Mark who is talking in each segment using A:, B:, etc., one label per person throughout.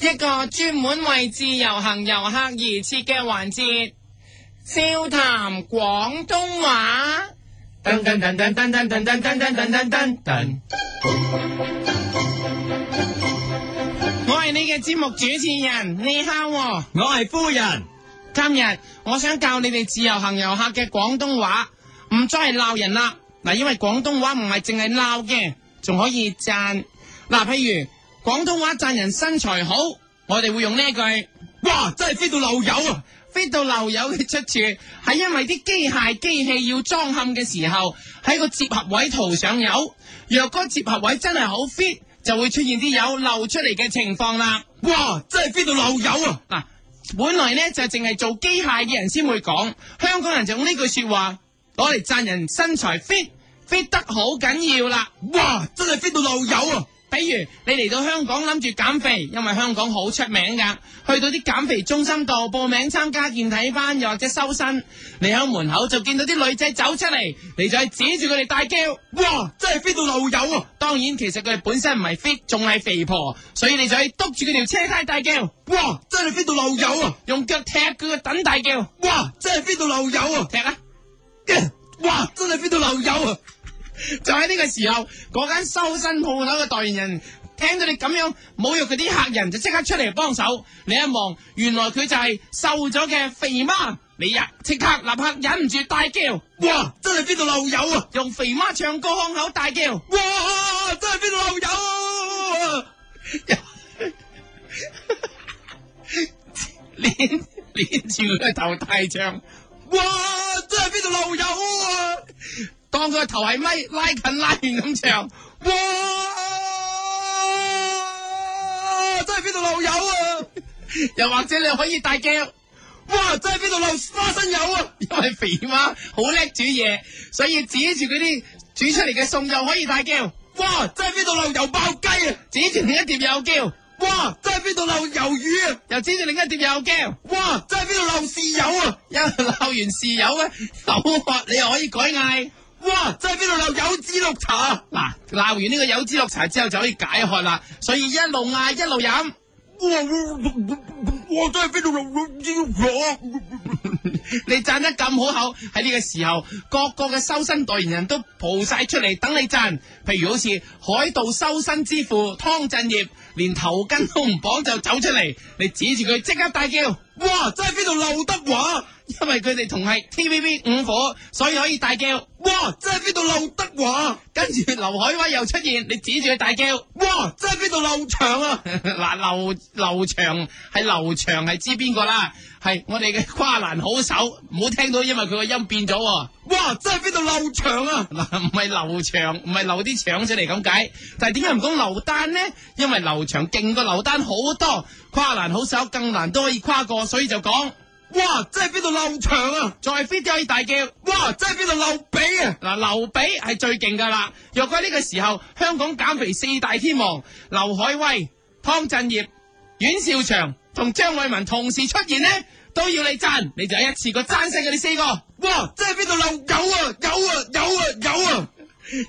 A: 一個專門為自由行遊客而設嘅環節，笑談廣東話。噔噔噔噔噔噔噔噔噔噔噔噔噔。我係你嘅節目主持人，你好喎。
B: 我係夫人，
A: 今日我想教你哋自由行遊客嘅廣東話，唔再係鬧人啦。嗱，因為廣東話唔係淨係鬧嘅，仲可以讚。嗱，譬如廣東話讚人身材好，我哋會用呢一句
B: 哇！真係飛到漏油啊！
A: 飛到漏油嘅出處，係因為啲機械機器要裝嵌嘅時候，喺個接合位塗上油。若果接合位真係好 fit，就會出現啲油漏出嚟嘅情況啦。
B: 哇！真係飛到漏油啊！
A: 嗱，本來咧就淨係做機械嘅人先會講，香港人就用呢句說話攞嚟讚人身材 fit fit 得好緊要啦。
B: 哇！真係飛到漏油啊！
A: 比如你嚟到香港諗住減肥，因為香港好出名噶，去到啲減肥中心度報名參加健體班，又或者修身，你喺門口就見到啲女仔走出嚟，你就係指住佢哋大叫。
B: 哇！真係飛到漏油啊！
A: 當然，其實佢哋本身唔係 fit，仲係肥婆，所以你就可以督住佢條車胎大叫，
B: 哇！真係飛到漏油啊！
A: 用腳踢佢個躉大叫，
B: 哇！真係飛到漏油啊！
A: 踢啊！
B: 哇！真係飛到漏油啊！
A: 就喺呢個時候，嗰間修身鋪頭嘅代言人聽到你咁樣侮辱佢啲客人，就即刻出嚟幫手。你一望，原來佢就係瘦咗嘅肥媽。你呀，即刻立刻忍唔住大叫，
B: 哇！真係飛到漏油啊！
A: 用肥媽唱歌腔口大叫。
B: 哇！真係飛到漏油啊！
A: 連連住佢個頭大唱。
B: 哇！真係飛到漏油啊！
A: 當佢個頭係咪拉近拉遠咁唱，
B: 哇！真係飛到漏油啊！
A: 又或者你可以大叫。
B: 哇！真係飛到漏花生油啊！
A: 因為肥媽好叻煮嘢，所以指住佢啲煮出嚟嘅餸又可以大叫，
B: 哇！真係飛到漏油爆雞啊！
A: 指住另一碟又叫，
B: 哇！真係飛到漏魷魚啊！
A: 又指住另一碟又叫，
B: 哇！真係飛到漏豉油啊！
A: 一鬧完豉油咧，口渴你又可以改嗌。
B: 哇！真係飛到漏柚子綠茶啊！
A: 嗱，鬧完呢個柚子綠茶之後就可以解渴啦，所以一路嗌一路飲。
B: 哇！哇！真係飛到漏柚子綠茶
A: 你讚得咁好口，喺呢個時候，各個嘅修身代言人都蒲晒出嚟等你讚。譬如好似海盜修身之父湯鎮業，連頭巾都唔綁就走出嚟，你指住佢即刻大叫。
B: 哇！真係飛到劉德華！
A: 因為佢哋同係 TVB 五虎，所以可以大叫。
B: 哇！真係飛到劉德華！
A: 跟住劉海威又出現，你指住佢大叫。
B: 哇！真係飛到劉翔啊！
A: 嗱，劉劉翔係劉翔係知邊個啦？係我哋嘅跨欄好手，唔好聽到因為佢個音變咗喎。
B: 哇！真係飛到劉翔啊！
A: 嗱，唔係劉翔，唔係流啲腸出嚟咁解。但係點解唔講劉丹呢？因為劉翔勁過劉丹好多，跨欄好手更難都可以跨過，所以就講
B: 哇！真係飛到劉翔啊！
A: 再 fit 啲可以大叫。
B: 哇！真係飛到劉備啊！
A: 嗱，劉備係最勁噶啦。若果呢個時候香港減肥四大天王劉愷威、湯鎮業、阮兆祥同張偉文同時出現呢，都要你讚，你就一次過讚晒佢哋四個，
B: 哇！真係飛到漏油啊！有啊！有啊！有啊！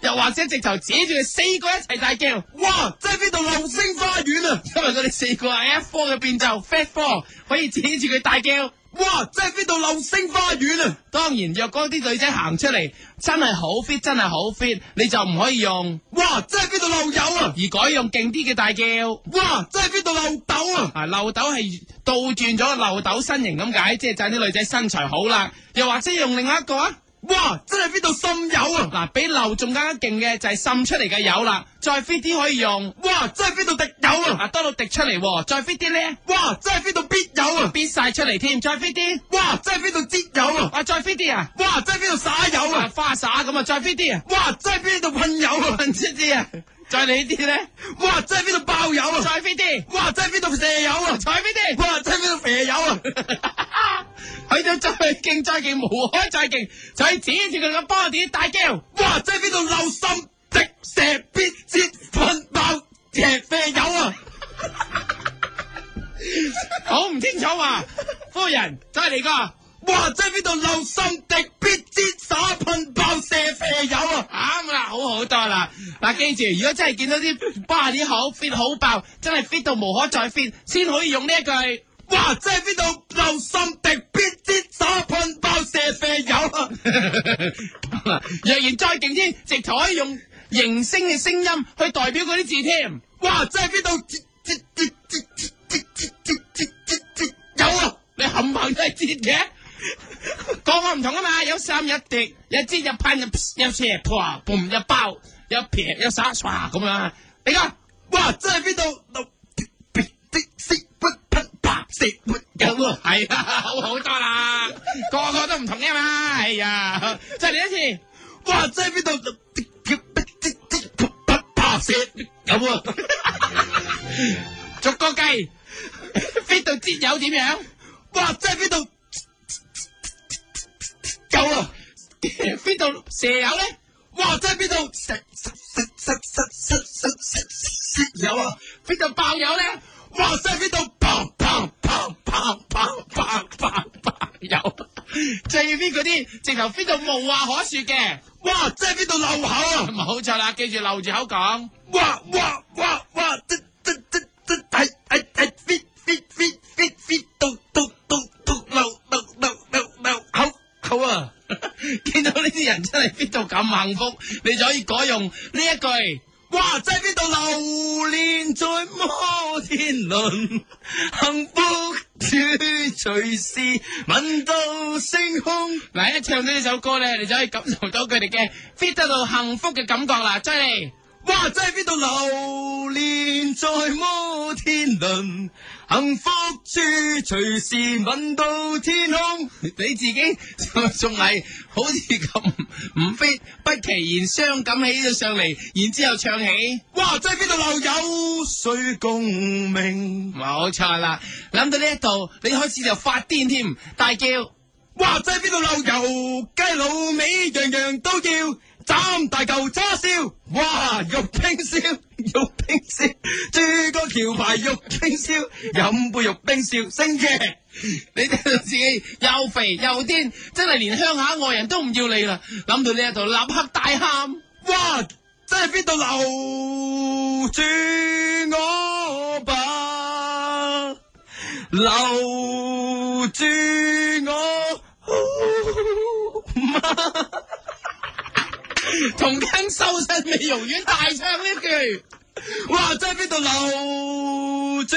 A: 又或者直頭指住佢四個一齊大叫，因
B: 哇！真係飛到流星花園啊！
A: 為佢哋四個係 F 科嘅變奏 Fat 科，可以指住佢大叫。
B: 哇！真係飛到流星花園啊！
A: 當然，若果啲女仔行出嚟真係好 fit，真係好 fit，你就唔可以用，
B: 哇！真係飛到漏油啊！
A: 而改用勁啲嘅大叫。
B: 哇！真係飛到漏豆啊！
A: 啊，漏斗係倒轉咗漏斗身形咁解，即係讚啲女仔身材好啦。又或者用另外一個啊，
B: 哇！真係飛到滲油啊！
A: 嗱，比漏仲更加勁嘅就係滲出嚟嘅油啦。再 fit 啲可以用，
B: 哇！真係飛到滴油啊！
A: 啊多到滴出嚟喎，再 fit 啲咧，
B: 哇！真係飛到必油啊！
A: 必晒出嚟添，再 fit 啲，
B: 哇！真係飛到擠油啊！
A: 啊再 fit 啲啊，
B: 哇！真係飛到灑油
A: 啊
B: 啊！
A: 花灑咁啊，再 fit 啲啊，
B: 哇！真係飛到噴油啊！
A: 混出啲啊，再嚟啲咧，
B: 哇！真係飛到爆油啊！
A: 再 fit 啲，
B: 哇！真係飛到射油啊！
A: 再 fit 啲。
B: 哇！真係飛到肥油啊！
A: 佢就再勁再勁，無可再勁，就係指住佢個 body 大叫。
B: 哇！真係飛到漏心滴射必折噴爆射肥油啊！
A: 好唔清楚啊，夫人，再嚟個。
B: 哇！真係飛到漏心滴必折擠灑噴爆射啡友啊！
A: 啱啦，好好多啦。嗱，記住，如果真係見到啲巴啲好 fit 好爆，真係 fit 到無可再 fit，先可以用呢一句。
B: 哇！真係邊度流心滴，必擠灑噴爆射啡友啊！
A: 若然再勁啲，直頭可以用形聲嘅聲音去代表嗰啲字添。
B: 哇！真係邊度擠擠擠擠擠擠擠擠擠擠擠有啊！
A: 你冚唪唥都係節嘅，個個唔同啊嘛，有三一滴，有支有噴有有射破，嘣有爆，有撇有灑唰咁樣。你講
B: 哇！真係邊度流滴滴滴不噴白射沒有啊！
A: 係啊，好好多啦，個個都唔同嘅嘛。哎呀，再嚟一次。
B: 哇！真係邊度流滴滴不滴滴不噴白射有啊！
A: 逐個計 fit 到節友點樣
B: 哇！真係邊度有啊！
A: ？fit 到蛇友咧
B: 哇！真係邊度食食食食食食食食食有啊！
A: ，fit 到爆友咧，
B: 哇！真係邊度砰砰砰砰砰砰砰砰有！
A: 最 fit 嗰啲直頭 fit 到無話可說嘅，
B: 哇！真係邊度漏口啊！
A: 冇錯啦，記住留住口講。
B: 哇哇哇哇！真真真真係係係 fit fit fit fit fit 到到到到漏漏漏漏漏口口啊！
A: 見到呢啲人真係 fit 到咁幸福，你就可以改用呢一句。
B: 哇！真係邊度流連在摩天輪，幸福處隨時聞到星空。
A: 嗱，一唱到呢首歌咧，你就可以感受到佢哋嘅 fit 得到幸福嘅感覺啦。再嚟，
B: 哇！真係邊度流連在摩天輪，幸福處隨時聞到天空。
A: 你自己仲係好似咁唔 fit，不其然傷感起咗上嚟，然之後唱起。
B: 哇！真係邊度流有誰共鳴？
A: 冇錯啦，諗到呢一度，你開始就發癲添，大叫
B: 哇！真係邊度流油雞滷味，樣樣都要斬大嚿叉燒。哇！肉冰燒， 肉冰燒，珠江橋牌肉冰燒，飲杯肉冰燒，星爺。
A: 你睇到自己又肥又癲，真係連鄉下外人都唔要你啦！諗到呢一度，立刻大喊，
B: 哇！真係邊度留住我吧，留住我。
A: 同根修身美容院大唱呢句。
B: 哇！真係邊度留住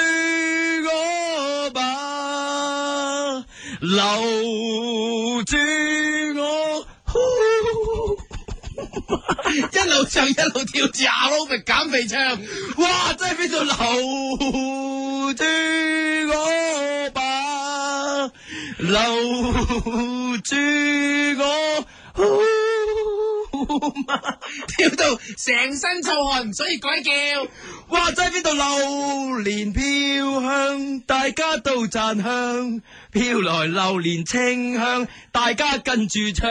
B: 我吧，留住我。
A: 一路唱一路跳住阿 r o b 減肥唱，
B: 哇！真係邊度留住我吧，留住我。
A: 跳到成身臭汗，所以改叫。
B: 哇！真係邊度榴蓮飄香，大家都讚香，飄來榴蓮清香，大家跟住唱。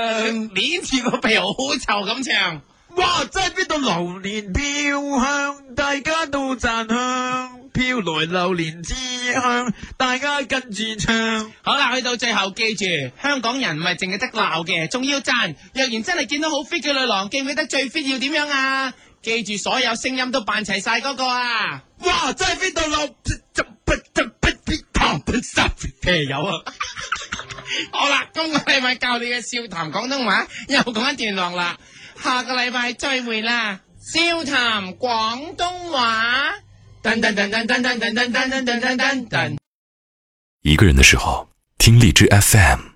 A: 捏住個鼻好臭咁唱，
B: 哇！真係邊度榴蓮飄香，大家都讚香，飄來榴蓮之香，大家跟住唱。
A: 好啦，去到最後記住，香港人唔係淨係得鬧嘅，仲要讚。若然真係見到好 fit 嘅女郎，記唔記得最 fit 要點樣啊？記住所有聲音都扮齊晒嗰個啊！
B: 哇！真係邊度榴啤有啊！
A: 好啦，今個禮拜教你嘅笑談廣東話又講一段落啦，下個禮拜再會啦，笑談廣東話。噔噔噔噔噔噔噔噔噔噔噔噔噔。
C: 一个人的时候，听荔枝 FM。